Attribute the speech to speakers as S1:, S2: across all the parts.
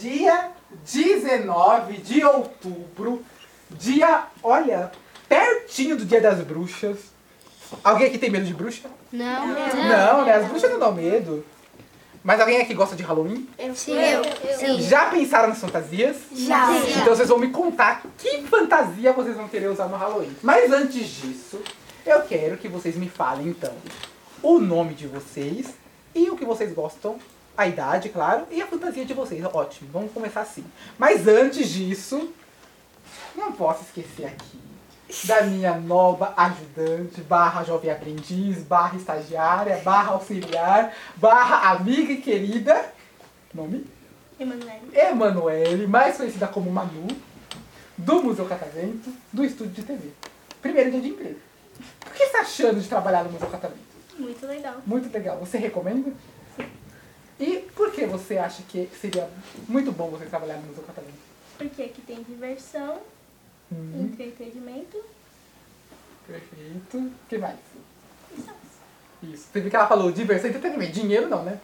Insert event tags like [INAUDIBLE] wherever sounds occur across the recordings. S1: Dia 19 de outubro, dia, olha, pertinho do Dia das Bruxas. Alguém aqui tem medo de bruxa?
S2: Não,
S1: Não, né? As bruxas não dão medo. Mas alguém aqui gosta de Halloween?
S2: Eu sim. Eu. Sim.
S1: Já pensaram nas fantasias?
S2: Já.
S1: Então vocês vão me contar que fantasia vocês vão querer usar no Halloween. Mas antes disso, eu quero que vocês me falem então o nome de vocês e o que vocês gostam, a idade, claro, e a fantasia de vocês. Ótimo, vamos começar assim. Mas antes disso, não posso esquecer aqui da minha nova ajudante, barra jovem aprendiz, barra estagiária, barra auxiliar, barra amiga e querida. Nome?
S2: Emanuele.
S1: Emanuele, mais conhecida como Manu, do Museu Catavento, do Estúdio de TV. Primeiro dia de emprego. O que você está achando de trabalhar no Museu Catavento?
S2: Muito legal.
S1: Muito legal. Você recomenda? E por que você acha que seria muito bom você trabalhar no Museu Catavento?
S2: Porque aqui tem diversão,
S1: Hum,
S2: entretenimento.
S1: perfeito. O que mais? Isso. Você viu que ela falou diversão e entretenimento. Dinheiro não,
S2: [LAUGHS]
S1: né?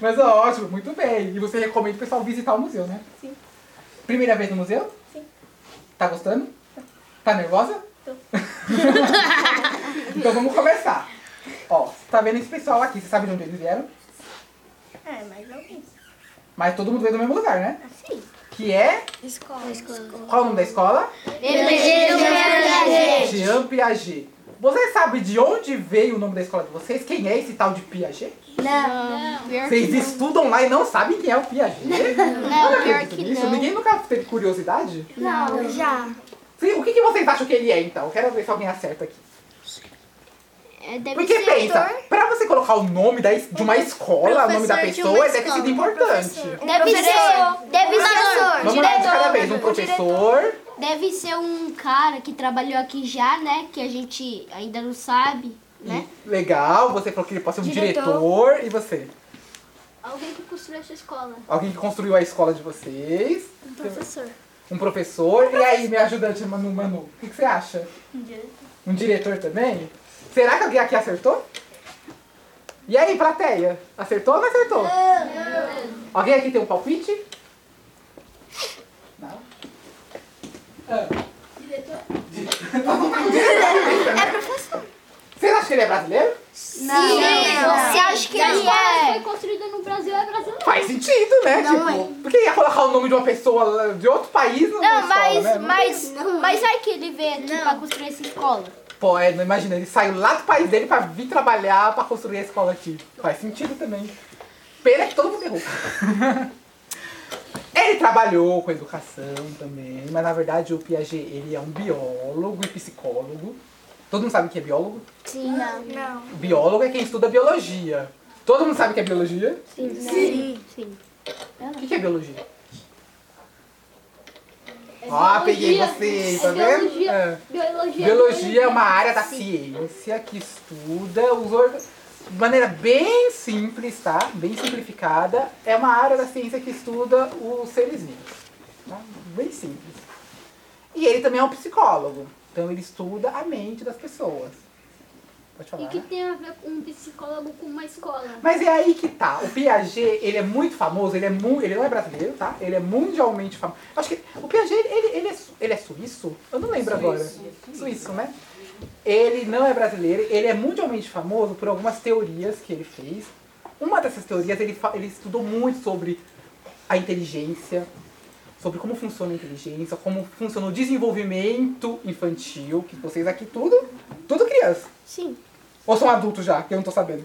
S1: Mas ó, ótimo, muito bem. E você recomenda o pessoal visitar o museu, né?
S2: Sim.
S1: Primeira vez no museu?
S2: Sim.
S1: Tá gostando? Tá nervosa?
S2: Tô.
S1: então vamos começar. Ó, tá vendo esse pessoal aqui? Você sabe de onde eles vieram?
S2: É, mais alguém.
S1: Mas todo mundo veio do mesmo lugar, né?
S2: Assim.
S1: Que é.
S2: Escola. Escola.
S1: Qual é o nome da escola?
S2: Escola.
S1: Jean Piaget. Você sabe de onde veio o nome da escola de vocês? Quem é esse tal de Piaget?
S2: Não. Pior
S1: Vocês estudam lá e não sabem quem é o Piaget?
S2: Não, pior
S1: acredito
S2: que
S1: nisso.
S2: não.
S1: Ninguém nunca teve curiosidade?
S2: Não, já.
S1: Sim, O que, que vocês acham que ele é, então? Eu Quero ver se alguém acerta aqui.
S2: É, deve
S1: Porque pensa, pra você colocar o nome da, es- de uma escola, o nome da
S2: professor de
S1: pessoa,
S2: uma
S1: deve ter
S2: escola,
S1: sido
S2: um
S1: importante.
S2: Deve ser. Deve ser.
S1: Vamos lá, de cada vez. Um professor.
S2: Deve ser um cara que trabalhou aqui já, né? Que a gente ainda não sabe, né?
S1: Legal, você falou que ele pode ser um diretor.
S2: Diretor.
S1: E você?
S2: Alguém que construiu essa escola.
S1: Alguém que construiu a escola de vocês.
S2: Um professor.
S1: Um professor. E aí, minha ajudante, Manu, Manu, o que, que você acha?
S2: Um diretor.
S1: Um diretor também? Será que alguém aqui acertou? E aí, plateia? Acertou ou não acertou? Alguém aqui tem um palpite? Não? Ah. [LAUGHS]
S2: É
S1: Vocês acham que ele é brasileiro?
S2: Não. Você acha que ele é?
S1: Faz sentido, né? tipo, por que ia colocar o nome de uma pessoa de outro país no
S2: Não,
S1: escola,
S2: mas,
S1: né?
S2: mas, mas vai que ele veio aqui pra construir essa escola.
S1: Pô, é, não imagina, ele saiu lá do país dele pra vir trabalhar, pra construir a escola aqui. Faz sentido também. Pena que todo mundo errou. [LAUGHS] ele trabalhou com educação também, mas na verdade o Piaget, ele é um biólogo e psicólogo. Todo mundo sabe o que é biólogo?
S2: Sim,
S3: Ah,
S2: não. Não.
S1: Biólogo é quem estuda biologia. Todo mundo sabe o que é biologia?
S2: Sim. Sim.
S1: O que que é biologia? ah, peguei vocês, tá vendo? É.
S4: É Biologia. assim.
S1: Biologia é uma área da ciência que estuda os órgãos. De maneira bem simples, tá? Bem simplificada, é uma área da ciência que estuda os seres vivos. tá? Bem simples. E ele também é um psicólogo. Então ele estuda a mente das pessoas. Pode falar.
S4: E que tem a ver com um psicólogo com uma escola?
S1: Mas é aí que tá. O Piaget, ele é muito famoso, ele é mu ele não é brasileiro, tá? Ele é mundialmente famoso. Acho que o Piaget, ele, ele, é, su- ele é suíço? Eu não lembro agora. Suíço, né? Ele não é brasileiro, ele é mundialmente famoso por algumas teorias que ele fez. Uma dessas teorias, ele, fa- ele estudou muito sobre a inteligência, sobre como funciona a inteligência, como funciona o desenvolvimento infantil, que vocês aqui tudo, tudo criança.
S2: Sim.
S1: Ou são adultos já, que eu não tô sabendo?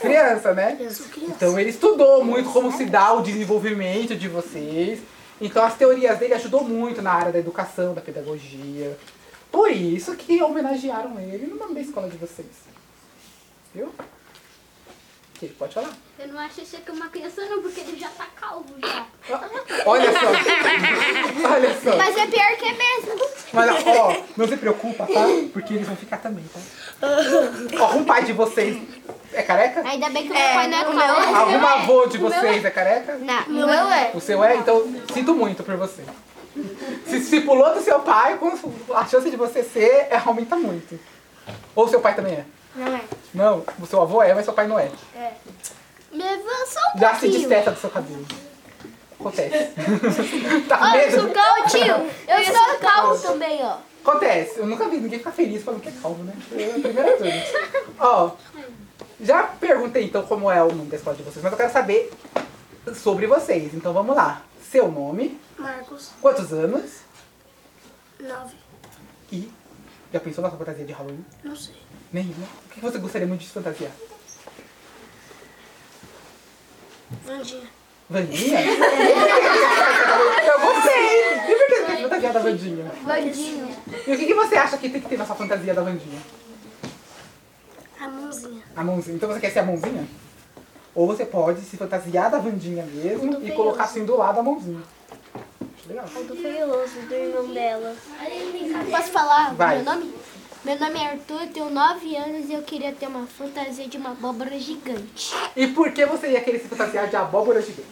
S1: Criança. né? Então ele estudou muito como se dá o desenvolvimento de vocês. Então as teorias dele ajudou muito na área da educação, da pedagogia. Por isso que homenagearam ele no nome da escola de vocês. Viu? Que ele pode falar.
S4: Eu não acho isso aqui uma criança não, porque ele já tá calvo já.
S1: Ah, Olha só. Olha só.
S2: Mas é pior que é mesmo.
S1: Mas, ó, não se preocupa, tá? Porque eles vão ficar também, tá? Ó, um pai de vocês É careca?
S2: Ainda bem que o meu
S3: É,
S2: pai não é
S3: o
S2: calvo.
S3: meu-
S1: Algum avô de
S3: O meu
S1: vocês é careca?
S2: Não,
S3: O meu é.
S1: O seu é? Então, sinto muito por você. Se, se pulou do seu pai, com- a chance de você ser é, aumenta muito. Ou seu pai também é?
S3: Não é.
S1: Não, o seu avô é, mas seu pai não é.
S2: Me avança um
S1: Já se
S2: pouquinho.
S1: desteta do seu cabelo. Acontece. tá
S2: Olha, eu sou
S1: mesmo? [LAUGHS]
S2: calvo, tio. Eu sou calvo também, ó.
S1: Acontece. Eu nunca vi ninguém ficar feliz falando que é calvo, né? É a primeira vez. Ó, já perguntei então como é o nome da escola de vocês, mas eu quero saber sobre vocês. Então vamos lá. Seu nome,
S3: Marcos,
S1: quantos anos
S3: 9.
S1: e já pensou na sua fantasia de Halloween?
S3: Não sei.
S1: Nenhuma. O que você gostaria muito de se fantasiar?
S3: Vandinha.
S1: Vandinha? eu gostei! Eu certeza que é fantasia da Vandinha.
S2: Bandinho.
S1: E o que, que você acha que tem que ter na sua fantasia da Vandinha?
S3: A mãozinha.
S1: A mãozinha. Então você quer ser a mãozinha? Ou você pode se fantasiar da Vandinha mesmo e colocar assim do lado a mãozinha. Acho Legal.
S3: Do feioso, do irmão dela.
S2: Posso falar
S1: Vai.
S2: meu nome? Meu nome é Arthur, eu tenho 9 anos e eu queria ter uma fantasia de uma abóbora gigante.
S1: E por que você ia querer se fantasiar de abóbora gigante?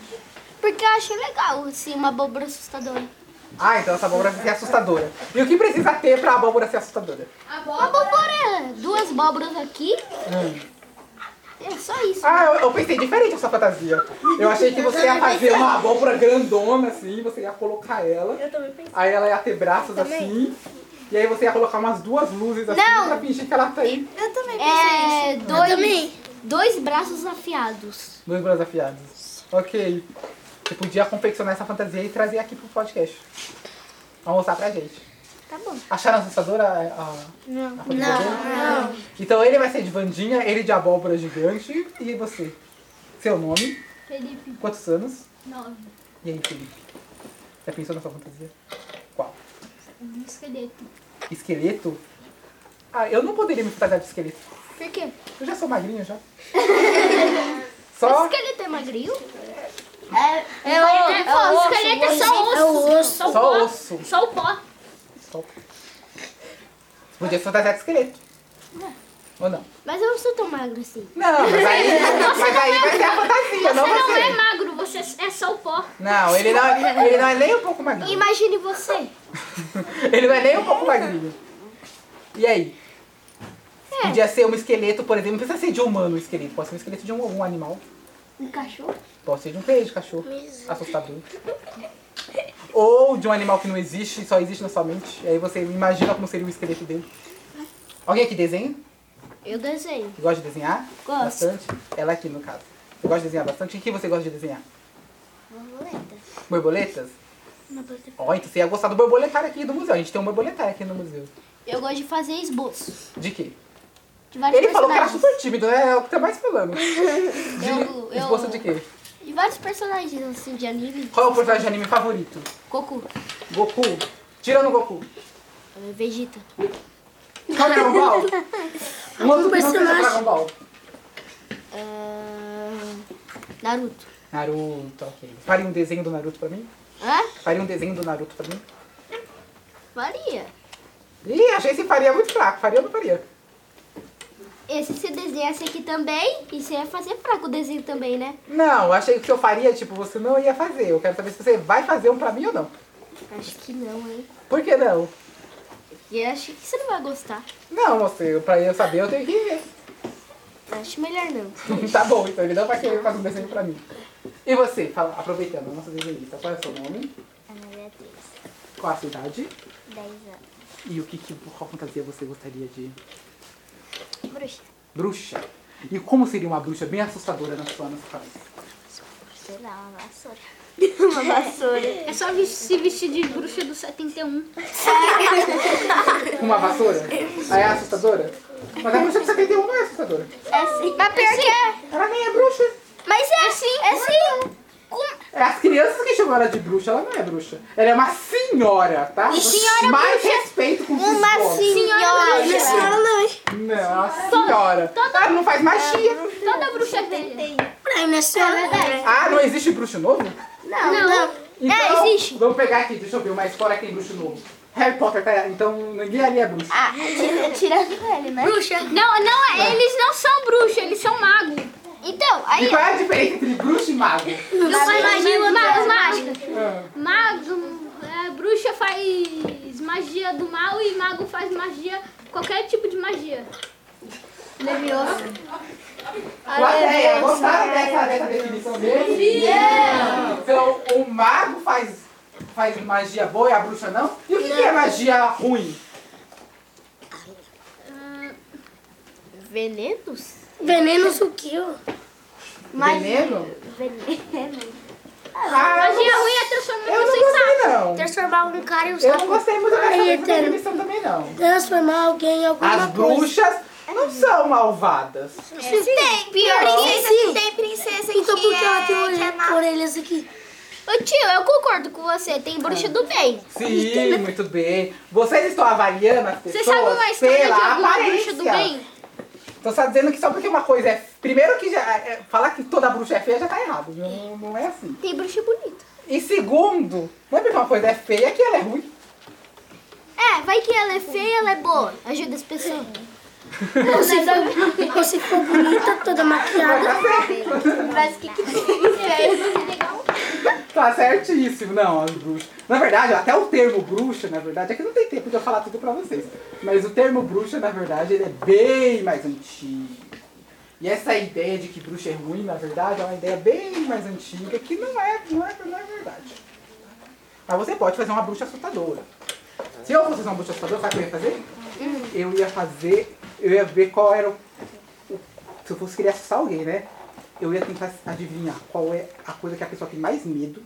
S2: Porque eu acho legal, assim, uma abóbora assustadora.
S1: Ah, então essa abóbora vai ser assustadora. E o que precisa ter pra abóbora ser assustadora?
S2: Uma abóbora, duas abóboras aqui,
S1: Hum.
S2: é só isso.
S1: Ah, eu, eu pensei diferente essa fantasia. Eu achei que você ia fazer uma abóbora grandona assim, você ia colocar ela.
S3: Eu também pensei.
S1: Aí ela ia ter braços
S3: Também.
S1: assim. E aí você ia colocar umas duas luzes assim
S2: Não.
S1: pra fingir que ela tem.
S3: Eu também
S2: É,
S3: também.
S2: dois, dois braços afiados.
S1: Dois braços afiados. Ok. Você podia confeccionar essa fantasia e trazer aqui pro podcast. Pra mostrar pra gente.
S2: Tá bom.
S1: Acharam assustadora a, a, não. a fantasia dele?
S3: Não.
S1: Então ele vai ser de Vandinha, ele de abóbora gigante. E você? Seu nome?
S4: Felipe,
S1: Quantos anos?
S4: 9.
S1: E aí, Felipe? Já pensou na sua fantasia? Qual?
S4: Esqueleto.
S1: Esqueleto? Ah, eu não poderia me fantasiar de esqueleto.
S2: Por quê?
S1: Eu já sou
S4: [LAUGHS]
S1: magrinha já.
S2: Mas
S1: Só.
S2: esqueleto é magrinho?
S3: É o, é
S4: Fala,
S3: o osso.
S4: esqueleto é só osso.
S3: É o osso.
S1: Só osso.
S4: Só o pó.
S1: Só. Podia se fantasiar de esqueleto. Ou não?
S2: Mas eu não sou tão magro assim.
S1: Não, mas aí, mas aí vai ser a fantasia, não
S4: Você não
S1: vai
S4: é
S1: ser.
S4: magro, você é só o pó.
S1: Não, ele não, ele não é nem um pouco magrinho.
S2: Imagine você.
S1: Ele não é nem um pouco magrinho. E aí?
S2: É.
S1: Podia ser um esqueleto, por exemplo. Não precisa ser de humano o esqueleto. Pode ser um esqueleto de um, um animal.
S2: Um cachorro?
S1: Pode ser de um peixe, de cachorro. Assustador. Ou de um animal que não existe, só existe na sua mente. E aí você imagina como seria o esqueleto dele. Alguém aqui desenha?
S2: Eu desenho.
S1: Que gosta de desenhar?
S2: Gosto.
S1: Bastante. Ela aqui, no caso. Você gosta de desenhar bastante? O que você gosta de desenhar?
S2: Borboleta.
S1: Borboletas? Ó, então você ia gostar do borboletário aqui do museu. A gente tem um borboletário aqui no museu.
S2: Eu gosto de fazer esboços.
S1: De quê?
S2: De vários
S1: Ele falou que era
S2: personagens.
S1: super tímido, né? É o que tá mais
S2: [LAUGHS]
S1: falando.
S2: Eu-
S1: De
S2: eu-
S1: esboço de quê?
S2: De vários personagens, assim, de anime.
S1: Qual é o personagem de anime favorito?
S2: Goku,
S1: Goku? Tirando o Goku.
S2: eh, Vegeta.
S1: Qual é o Dragon
S2: [LAUGHS]
S1: Ball? Um outro que não seja
S3: personagem.
S1: Dragon Ball.
S2: ahn, eh, Naruto.
S1: Naruto, ok. Faria um desenho do Naruto pra mim?
S2: Hã?
S1: Faria um desenho do Naruto pra mim?
S2: Faria.
S1: Ih, achei esse faria muito fraco. Faria ou não faria?
S2: Esse você desenha esse aqui também. E você ia fazer fraco o desenho também, né?
S1: Não, eu achei que o que eu faria, tipo, você não ia fazer. Eu quero saber se você vai fazer um pra mim ou não.
S2: Acho que não, hein?
S1: Por que não?
S2: E acho que você não vai gostar.
S1: Não, você, pra eu saber, eu tenho que ver.
S2: Acho melhor não.
S1: [LAUGHS] tá bom, então ele não vai querer fazer um desenho pra mim. E você, fala, aproveitando, a nossa desenhista, qual é o seu nome?
S2: Ana Beatriz,
S1: Qual a sua idade?
S2: 10 anos.
S1: E o que, que qual fantasia você gostaria de
S2: Bruxa,
S1: bruxa? E como seria uma bruxa bem assustadora na sua, na sua cabeça?
S2: sei lá, uma [LAUGHS] vassoura.
S3: Uma vassoura.
S4: É só vis- se vestir de bruxa do 71.
S1: Com uma vassoura? Aí é assustadora? Mas a bruxa de 71 não é assustadora.
S2: É sim. Mas pior que é.
S1: Ela nem é bruxa.
S2: Mas é, sim. É sim. Com-
S1: É as crianças que chamam ela de bruxa, ela não é bruxa. Ela é uma senhora, tá? E senhora Mais respeito com os
S2: Uma
S1: povos.
S2: senhora.
S3: Não é senhora, não.
S1: Não, é uma senhora. Ela não faz magia.
S4: Toda bruxa é velha.
S3: Pra mim, não é senhora, não.
S1: Ah, não existe bruxo novo?
S2: Não.
S4: Não.
S1: Então,
S2: existe.
S1: Vamos pegar aqui, deixa eu ver uma escola que tem bruxo novo. Harry Potter, tá? Então ninguém ali é bruxo.
S3: Ah, tira- tirando ele, né?
S4: Bruxa. Não, não,
S2: é.
S4: eles não são bruxos, eles são magos.
S3: Então, aí.
S1: E qual é a diferença entre bruxo e mago?
S4: Não
S2: é
S4: faz magia,
S3: magia,
S4: ma-
S3: mágica.
S4: ma-
S1: Ah,
S4: Mago, é, bruxa faz magia do mal e mago faz magia, qualquer tipo de magia.
S3: Leviosa.
S1: Plateia, é gostaram dessa, dessa definição dele? Então, o mago faz, faz magia boa e a bruxa não? E o que, que é magia ruim?
S2: Venenos?
S3: Veneno suquil.
S1: Veneno?
S3: Veneno.
S1: Ah, eu
S4: Magia
S1: não-
S4: ruim é transformar
S1: Eu não
S4: pessoa em sapo.
S1: gostei, não.
S3: Transformar um cara em um
S1: Eu não gostei muito
S3: Ai,
S1: dessa
S3: eterno.
S1: definição também, não.
S3: Transformar alguém em alguma
S1: As bruxas não são malvadas.
S3: Tem, pior princesa, tem princesa então, que, porque ela tem orelha- orelhas aqui.
S2: é Ô tio, eu concordo com você, tem bruxa do bem.
S1: Sim, muito bem. Vocês estão avaliando as
S4: Você
S1: pessoas
S4: sabe uma história de
S1: pela
S4: alguma bruxa
S1: aparência.
S4: do bem?
S1: Então você tá dizendo que só porque uma coisa é... Primeiro que já, é- falar que toda bruxa é feia já tá errado. viu? Não, não é assim.
S2: Tem bruxa bonita.
S1: E segundo, não é porque uma coisa é feia que ela é ruim.
S2: É, vai que ela é feia, ela é boa. Ajuda as pessoas.
S3: Ou se for, ou se for assim, bonita, toda
S1: Mas
S3: maquiada.
S1: tá certo.
S3: Parece que que um
S1: [LAUGHS] Tá certíssimo. Não, as bruxas... Na verdade, até o termo bruxa, na verdade, é que não tem tempo de eu falar tudo pra vocês. Mas o termo bruxa, na verdade, ele é bem mais antigo. E essa ideia de que bruxa é ruim, na verdade, é uma ideia bem mais antiga que não é, não é, não é verdade. Mas você pode fazer uma bruxa assustadora. Se eu fosse fazer uma bruxa assustadora, sabe o que eu ia fazer?
S3: Hum.
S1: Eu ia fazer, eu ia ver qual era o, o- Se eu fosse querer assustar alguém, né? Eu ia tentar adivinhar qual é a coisa que a pessoa tem mais medo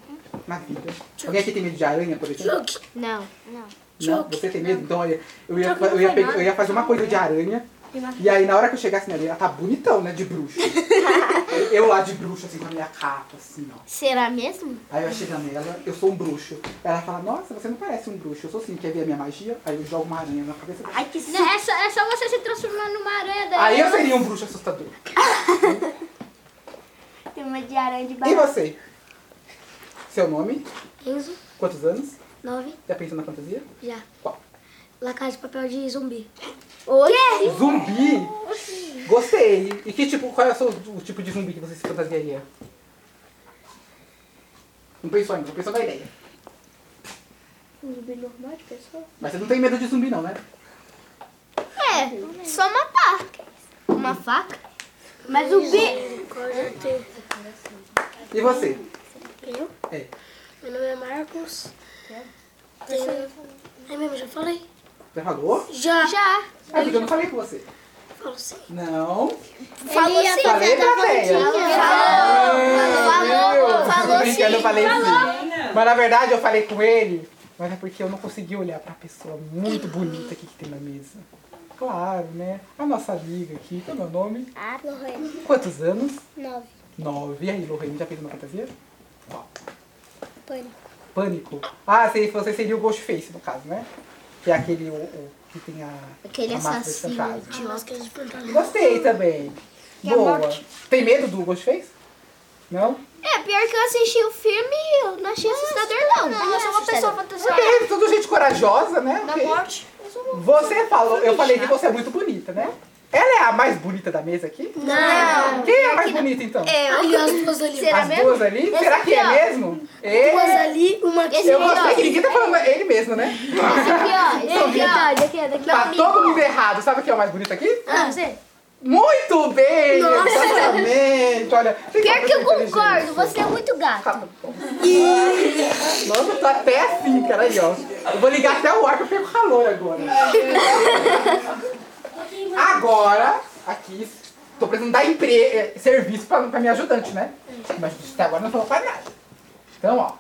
S1: na vida. Alguém aqui tem medo de aranha, por exemplo?
S2: Não, não.
S1: Não,
S3: Choque.
S1: você tem medo? Então, olha, eu ia,
S2: Choque não
S1: eu, ia
S2: foi
S1: pegar-
S2: nada.
S1: eu ia fazer uma coisa de aranha. E aí, na hora que eu chegasse na aranha, ela tá bonitão, né? De bruxo. eu lá de bruxo, assim, com a minha capa, assim, ó.
S2: Será mesmo?
S1: Aí eu chego nela, eu sou um bruxo. Ela fala, nossa, você não parece um bruxo. Eu sou sim, quer ver a minha magia? Aí eu jogo uma aranha na cabeça dela.
S3: Ai, que
S4: Né, É só, é só você se transformar numa aranha daí.
S1: Aí eu seria um bruxo assustador.
S3: Tem uma de aranha de
S1: E você? Seu nome?
S3: Enzo,
S1: Quantos anos?
S3: 9,
S1: Já pensou na fantasia?
S3: já.
S1: Qual?
S3: Lacar de papel de zumbi. Oi?
S1: Zumbi? Gostei. E que tipo, qual é o, seu, o tipo de zumbi que você se fantasiaria? Não pensou ainda, não pensou na ideia.
S3: Um zumbi normal de pessoa?
S1: Mas você não tem medo de zumbi não, né?
S2: É, só matar. Uma faca?
S3: Mas o B.
S1: E você?
S3: Eu?
S1: É.
S3: Meu nome é Marcos. É? Tenho... É mesmo, já falei?
S1: Já falou?
S3: Já.
S2: Já.
S1: Ah, porque eu não falei com você.
S3: Falo sim.
S1: Não.
S2: Falou sim.
S1: Falei, plateia. Falou,
S2: falou
S1: brincando,
S2: sim,
S1: eu falei sim. Mas na verdade eu falei com ele, mas é porque eu não consegui olhar pra pessoa muito bonita aqui que tem na mesa. Claro, né? A nossa amiga aqui, qual é o meu nome?
S3: Ah, Lorraine.
S1: Quantos anos?
S3: 9.
S1: Nove. E aí, Lorraine, já fez uma fantasia? Qual?
S3: Pânico.
S1: Pânico. Ah, se você seria o Ghostface, no caso, né? Que é aquele o, o que tem a.
S2: Aquele
S1: a máscara de
S2: assassino
S1: fantasma.
S3: De máscara de fantasma.
S2: Hum.
S1: Gostei também.
S3: a
S1: Boa. Tem medo do Ghostface? Não?
S2: É, pior que eu assisti o filme e eu não achei assustador, não. Eu sou uma pessoa fantasiada.
S1: Ok, tudo gente corajosa, né? Ok. Você falou, eu falei que você é muito bonita, né? Ela é a mais bonita da mesa aqui?
S2: Ah,
S3: Não.
S1: Quem é a mais bonita então?
S3: Ali, as duas ali.
S2: Será
S1: As
S2: é mesmo?
S1: duas ali? Será que é
S2: aqui, ó.
S1: mesmo?
S3: Duas
S1: Ele...
S3: ali, uma aqui.
S2: Esse
S1: Eu
S2: aqui,
S1: gostei que ninguém tá falando ele mesmo, né?
S2: Aqui, ó. Aqui, ó.
S3: Daqui, daqui, daqui.
S1: Tá todo mundo errado. Sabe quem é o mais bonito aqui?
S3: Ah, você?
S1: Muito bem! Exatamente! Olha, tem
S2: Pior
S1: uma
S2: que eu
S1: pessoa inteligente.
S2: concordo, você é muito gato.
S1: Tá bom. Nossa, eu tô até assim, cara. Aí, ó. Eu vou ligar até o ar que eu pego calor agora. Agora, aqui, tô precisando dar empre... eh, serviço pra, pra minha ajudante, né? Mas até agora não falou quase nada. Então, ó.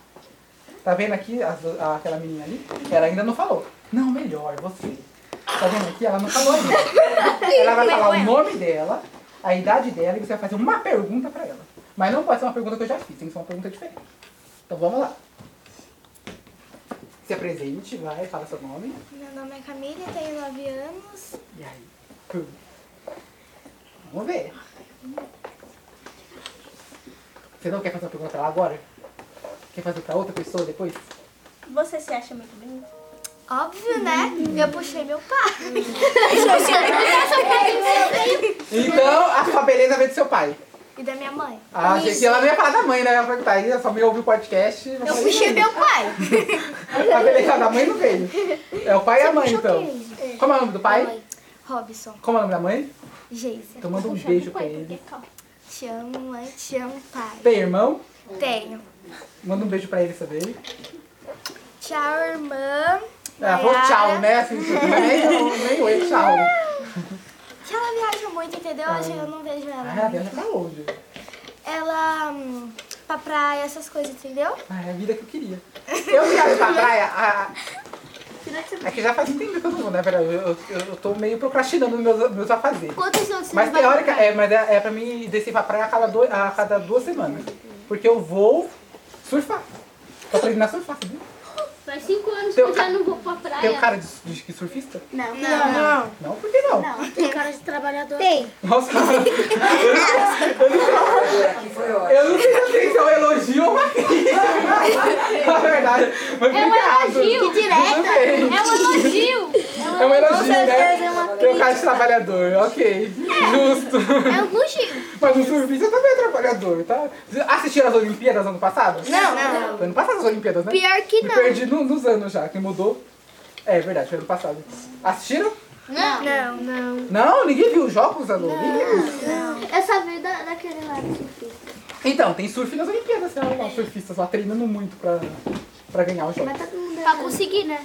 S1: Tá vendo aqui as do- a- aquela menina ali? Ela ainda não falou. Não, melhor, você. Tá vendo aqui? Ela não falou ainda. Ela vai falar o nome dela, a idade dela e você vai fazer uma pergunta pra ela. Mas não pode ser uma pergunta que eu já fiz, tem que ser uma pergunta diferente. Então vamos lá. Se apresente, vai, fala seu nome.
S3: Meu nome é Camila, tenho 9 anos.
S1: E aí? Pum. Vamos ver. Você não quer fazer uma pergunta pra ela agora? Quer fazer pra outra pessoa depois?
S3: Você se acha muito bonita? Óbvio, né? Eu puxei meu pai.
S1: Então, a sua beleza veio do seu pai.
S3: E da minha mãe.
S1: Ah, achei que ela não ia falar da mãe, né? Ela ia perguntar aí, ela só me ouviu o podcast. não
S3: Eu
S1: falei
S3: puxei
S1: nada.
S3: meu pai.
S1: A beleza da mãe não veio. É o pai e a mãe,
S3: puxou
S1: então.
S3: quem?
S1: Como é o nome do pai?
S3: Robson.
S1: Como é o nome da mãe?
S3: Geisa.
S1: Então manda um beijo pra ele.
S3: Te amo, mãe. Te amo, pai.
S1: Tem irmão?
S3: Tenho.
S1: Manda um beijo pra ele também.
S3: Tchau, irmã.
S1: Ela falou
S3: Nayara.
S1: tchau, né? Assim, nem, nem oi, tchau.
S3: Que ela viaja muito, entendeu? Hoje eu não vejo ela.
S1: Tá Ah, viaja pra onde?
S3: Ela hum, pra praia, essas coisas, entendeu?
S1: Ah, é a vida que eu queria. Eu viajo pra praia. A... É que já faz um tempo que eu não vou, né? Pera, Eu, eu, eu tô meio procrastinando meus, meus afazeres.
S2: Quantos anos você
S1: Mas
S2: vai
S1: teórica,
S2: comprar?
S1: é, mas é, é pra mim descer pra praia a cada, dois, a cada duas semanas. Porque eu vou surfar. Tô aprendendo a surfar, sabia?
S4: Faz cinco anos que
S1: Teu
S4: eu
S1: ca-
S4: já não vou pra
S1: Tem um
S4: praia.
S1: cara de, de que surfista?
S2: Não,
S1: Não. Não, por que não?
S2: [LAUGHS] Tem cara de trabalhador.
S3: Tem.
S1: Nossa, eu não- eu não sei se isso é um elogio ou uma crítica. Na verdade, mas
S4: É um
S1: obrigado.
S4: elogio. Que
S1: direta.
S4: É um elogio.
S1: É um elogio, né? Tem um cara de trabalhador, ok. Justo.
S4: É um elogio.
S1: Mas um surfista também é trabalhador, tá? Assistiram as Olimpíadas ano passado?
S3: Não, não.
S1: Foi ano passado as Olimpíadas, né?
S3: Pior que
S1: Me
S3: não.
S1: perdi no- nos anos já, que mudou. É verdade, foi ano passado. Assistiram?
S2: Não.
S3: Não, não.
S1: Não, ninguém viu os jogos da Olimpíadas?
S2: Eu só vi da, daquele lado que fica.
S1: Então, tem surf nas Olimpíadas, né? Os surfistas lá treinando muito pra, pra ganhar os jogos.
S2: Mas todo mundo
S4: Pra conseguir, né?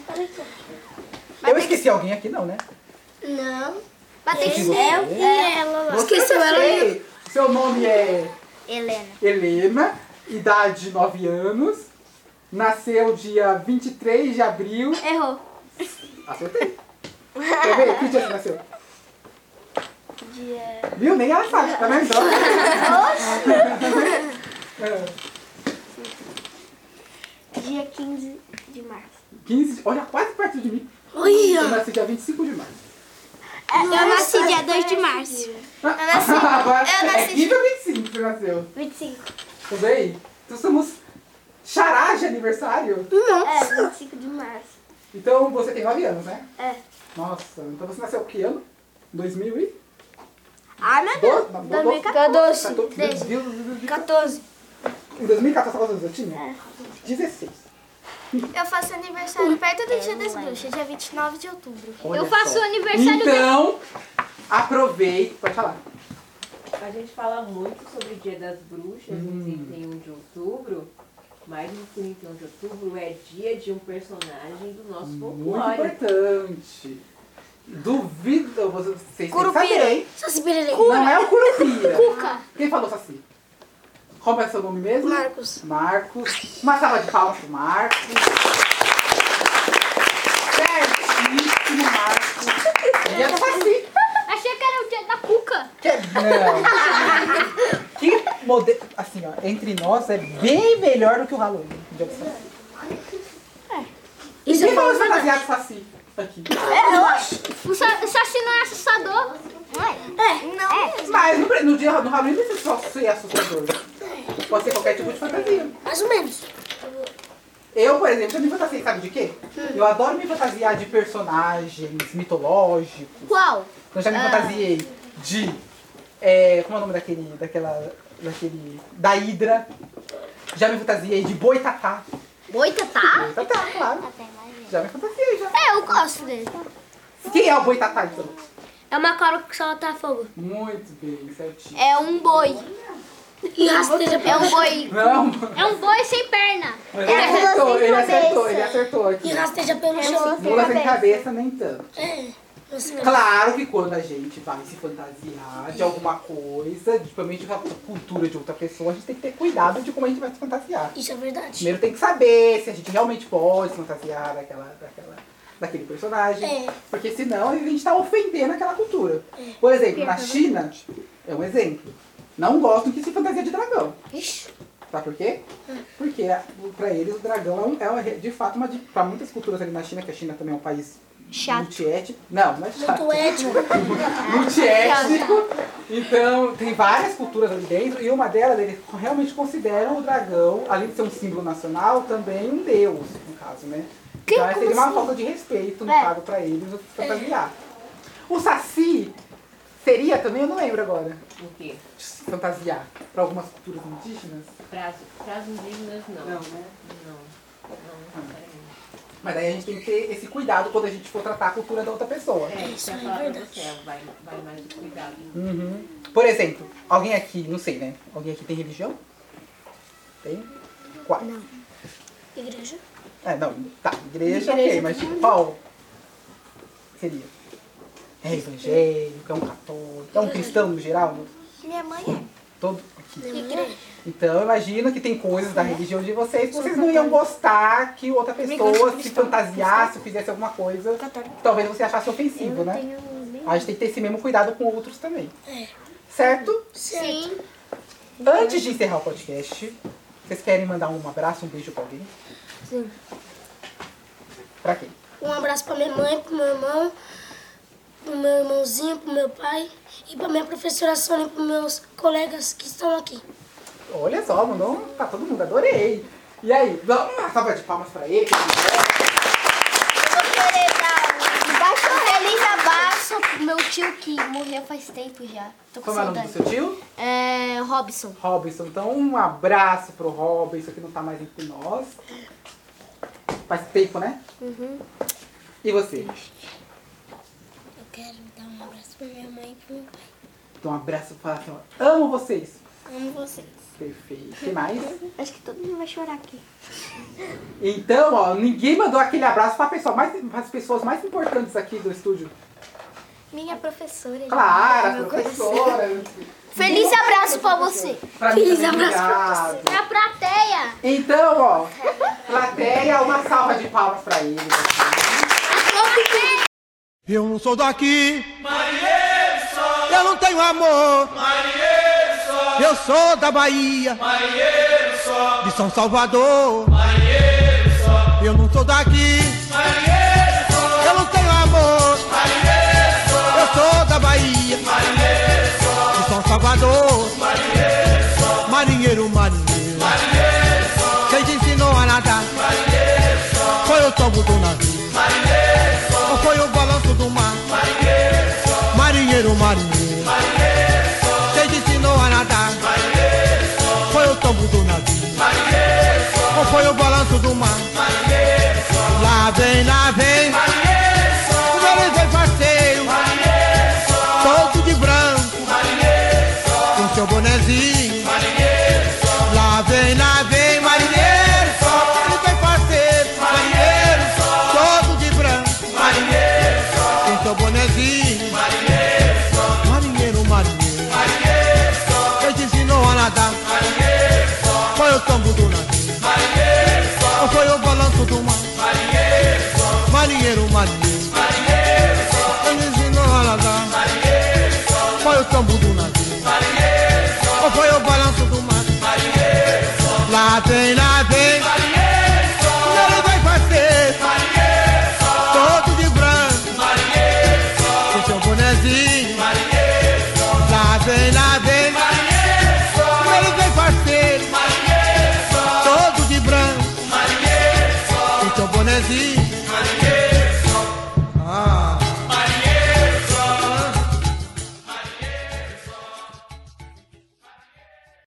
S1: Eu esqueci alguém aqui, não, né?
S2: Não. É. Mas tem
S1: Esqueci
S2: que
S1: você.
S2: ser eu e ela lá.
S1: Você eu já sei. Seu nome é
S2: Helena.
S1: Helena, idade 9 anos, nasceu dia 23 de abril.
S2: Errou.
S1: Acertei. Quer ver? Que dia que nasceu?
S2: Dia...
S1: Viu? Nem ela sabe, tá vendo? É,
S2: Dia 15 de março.
S1: 15 de... Olha, quase perto de mim. Eu nasci dia 25 de março.
S2: eu nasci dia 2 de março.
S1: [LAUGHS] Eu nasci.
S3: eu
S1: é
S3: nasci
S1: 15 ou 25 que você nasceu?
S2: 25.
S1: Tudo bem? Então somos chará de aniversário.
S2: É, 25 de março.
S1: Então você tem 9 anos, né?
S2: É.
S1: Nossa, então você nasceu que ano? 2000 e...
S2: Ah, meu
S1: Doze?
S2: Deus.
S1: Não,
S2: 2014.
S1: 14.
S2: Treze.
S1: Meu Deus, meu Deus.
S2: 14.
S1: Em 2014, quantos anos eu tinha? 16.
S3: Eu faço aniversário perto do dia das bruxas, dia 29 de outubro.
S1: Olha
S4: eu faço
S1: só.
S4: aniversário
S1: Então, aproveite. Pode falar.
S5: A gente fala muito sobre o Dia das Bruxas,
S1: Uhum.
S5: em 31 de outubro, um mas no 31 de outubro é dia de um personagem do nosso
S1: Muito
S5: folclore.
S1: importante. Duvido. Vocês têm que
S2: Curupira.
S1: saber, hein?
S2: Saci Pererê.
S1: Não é o Curupira.
S4: Cuca.
S1: Quem falou Saci? Como é seu nome mesmo?
S2: Marcos.
S1: Marcos. Uma salva de palmas pro Marcos. Certíssimo, Marcos. E é do Saci.
S4: Achei que era o dia da cuca.
S1: Que é- Não. que modelo. Assim, ó, entre nós é bem melhor do que o Halloween. de observar. E
S2: É. Isso
S1: quem
S2: é
S1: falou esse fantasiado Saci? Aqui.
S4: O, sa o saci não é assustador.
S2: É.
S3: Não.
S1: Mas no, pre- no dia no Halloween não precisa só ser assustador.
S2: É.
S1: Pode ser qualquer tipo de fantasia.
S2: Mais ou menos.
S1: Eu, por exemplo, já me fantasiei, sabe de quê? Eu adoro me fantasiar de personagens mitológicos. Então,
S2: Qual?
S1: Eu já me fantasiei de. é, como é o nome daquele. daquela. daquele. da Hidra. Já me fantasiei de boitatá.
S2: Boitatá?
S1: Boitatá, claro. Já me fantasiei já.
S2: É, tá? eu gosto dele.
S1: Quem é o boitatá então?
S2: É uma cobra que solta fogo.
S1: Muito bem, certinho.
S2: É um boi. E rasteira É um boi.
S1: Não,
S4: É um boi sem perna.
S1: mas ele acertou, ele acertou, ele acertou aqui.
S2: rasteja pelo chão.
S1: Mula sem cabeça, nem tanto. Claro que quando a gente vai se fantasiar de alguma coisa, principalmente da cultura de outra pessoa, a gente tem que ter cuidado de como a gente vai se fantasiar.
S2: Isso é verdade.
S1: Primeiro tem que saber se a gente realmente pode se fantasiar daquela, daquela, daquele personagem.
S2: É.
S1: Porque senão a gente está ofendendo aquela cultura. Por exemplo, na China, é um exemplo, não gostam que se fantasia de dragão. Sabe por quê? Porque a- pra eles o dragão é um- é, uma- de fato uma. di- Pra muitas culturas ali na China, que a China também é um país
S2: Chato.
S1: multiétnico. Não, não é chato.
S2: ético.
S1: Multiétnico. Então, tem várias culturas ali dentro, e uma delas, eles realmente consideram o dragão, além de ser um símbolo nacional, também um deus, no caso, né?
S2: Quem
S1: Mas
S2: como
S1: seria uma
S2: assim?
S1: falta de respeito, não
S2: É.
S1: pago pra eles, fantasiar. O Saci seria também, eu não lembro agora,
S5: O quê?
S1: de se fantasiar pra algumas culturas indígenas.
S5: Prazo, prazo indígenas não. Não,
S1: né?
S5: não. Não, necessariamente.
S1: Mas aí a gente tem que ter esse cuidado quando a gente for tratar a cultura da outra pessoa.
S5: É, isso é falar pra você, vai, vai mais do cuidado.
S1: Uhum. Por exemplo, alguém aqui, não sei, né? Alguém aqui tem religião? Tem? Qual?
S2: Igreja?
S1: É, não, tá, igreja, ok,
S2: Igreja,
S1: mas
S2: tudo
S1: tipo,
S2: bem.
S1: qual seria? É evangélico, é um católico, é um cristão no geral?
S3: Minha mãe é.
S1: Todo aqui.
S3: Igreja.
S1: Então eu imagino que tem coisas da religião de vocês que vocês não iam gostar que outra pessoa se fantasiasse, fizesse alguma coisa. que Talvez você achasse ofensivo, né? A gente tem que ter esse mesmo cuidado com outros também. Certo?
S2: Sim.
S1: Antes de encerrar o podcast, vocês querem mandar um abraço, um beijo pra alguém?
S2: Sim.
S1: Pra quem?
S6: Um abraço pra minha mãe, pro meu irmão, pro meu irmãozinho, pro meu pai e pra minha professora Sônia e pros meus colegas que estão aqui.
S1: Olha só, mandou um pra todo mundo, adorei. E aí, vamos uma salva de palmas pra ele. é,
S2: Baixo feliz abraço pro meu tio que morreu faz tempo já. Tô com
S1: Como é o nome do
S2: saudade.
S1: seu tio?
S2: É, Robson.
S1: Robinson. Então, um abraço pro Robinson, que não tá mais entre nós. Faz tempo, né? Uhum. E você?
S6: Eu quero dar um abraço pra minha mãe e pro meu pai.
S1: Então, um abraço pra assim, ó, Amo vocês.
S6: Amo vocês.
S1: Perfeito. Tem mais?
S2: Acho que todo mundo vai chorar aqui.
S1: Então, ó, ninguém mandou aquele abraço pra pessoa mais, as pessoas mais importantes aqui do estúdio.
S6: Minha professora.
S1: Clara, [LAUGHS] professora.
S2: Feliz abraço pra você.
S1: Pra mim, Feliz abraço pra você.
S4: Pra É plateia.
S1: Então, ó, plateia, uma salva de palmas pra eles.
S7: Eu não sou daqui. Eu não tenho amor. Eu sou da Bahia. De São Salvador. Eu não sou daqui. Eu não tenho amor. Eu sou da Bahia. De São Salvador. Marinheiro, marinheiro. Quem te ensinou a nadar? Foi o tobo do navio. Qual foi o balanço do mar? Marinheiro, marinheiro. Marinheiro, Quem te ensinou a nadar? Foi o tombo do navio. Qual foi o balanço do mar? Lá vem, lá vem. Como ele vem parceiro. Todo de branco. Com seu bonezinho. Lá vem, lá vem, marinheiro. Ele vem parceiro. Marinheiro. Todo de branco. Quem seu bonezinho? Marinheiro, marinheiro. Marinheiro, Quem te ensinou a nadar? Foi o tombo do navio? Ou foi o balanço do mar? Marinheiro, marinheiro. Quem te ensinou a nadar? Foi o tombo do navio? Ou foi o balanço do mar? Lá vem, lá vem. Ele vai fazer. Todo de branco com seu bonezinho. Lá vem, lá vem, como ele vem parceiro. Todo de branco, com seu bonezinho. Ah.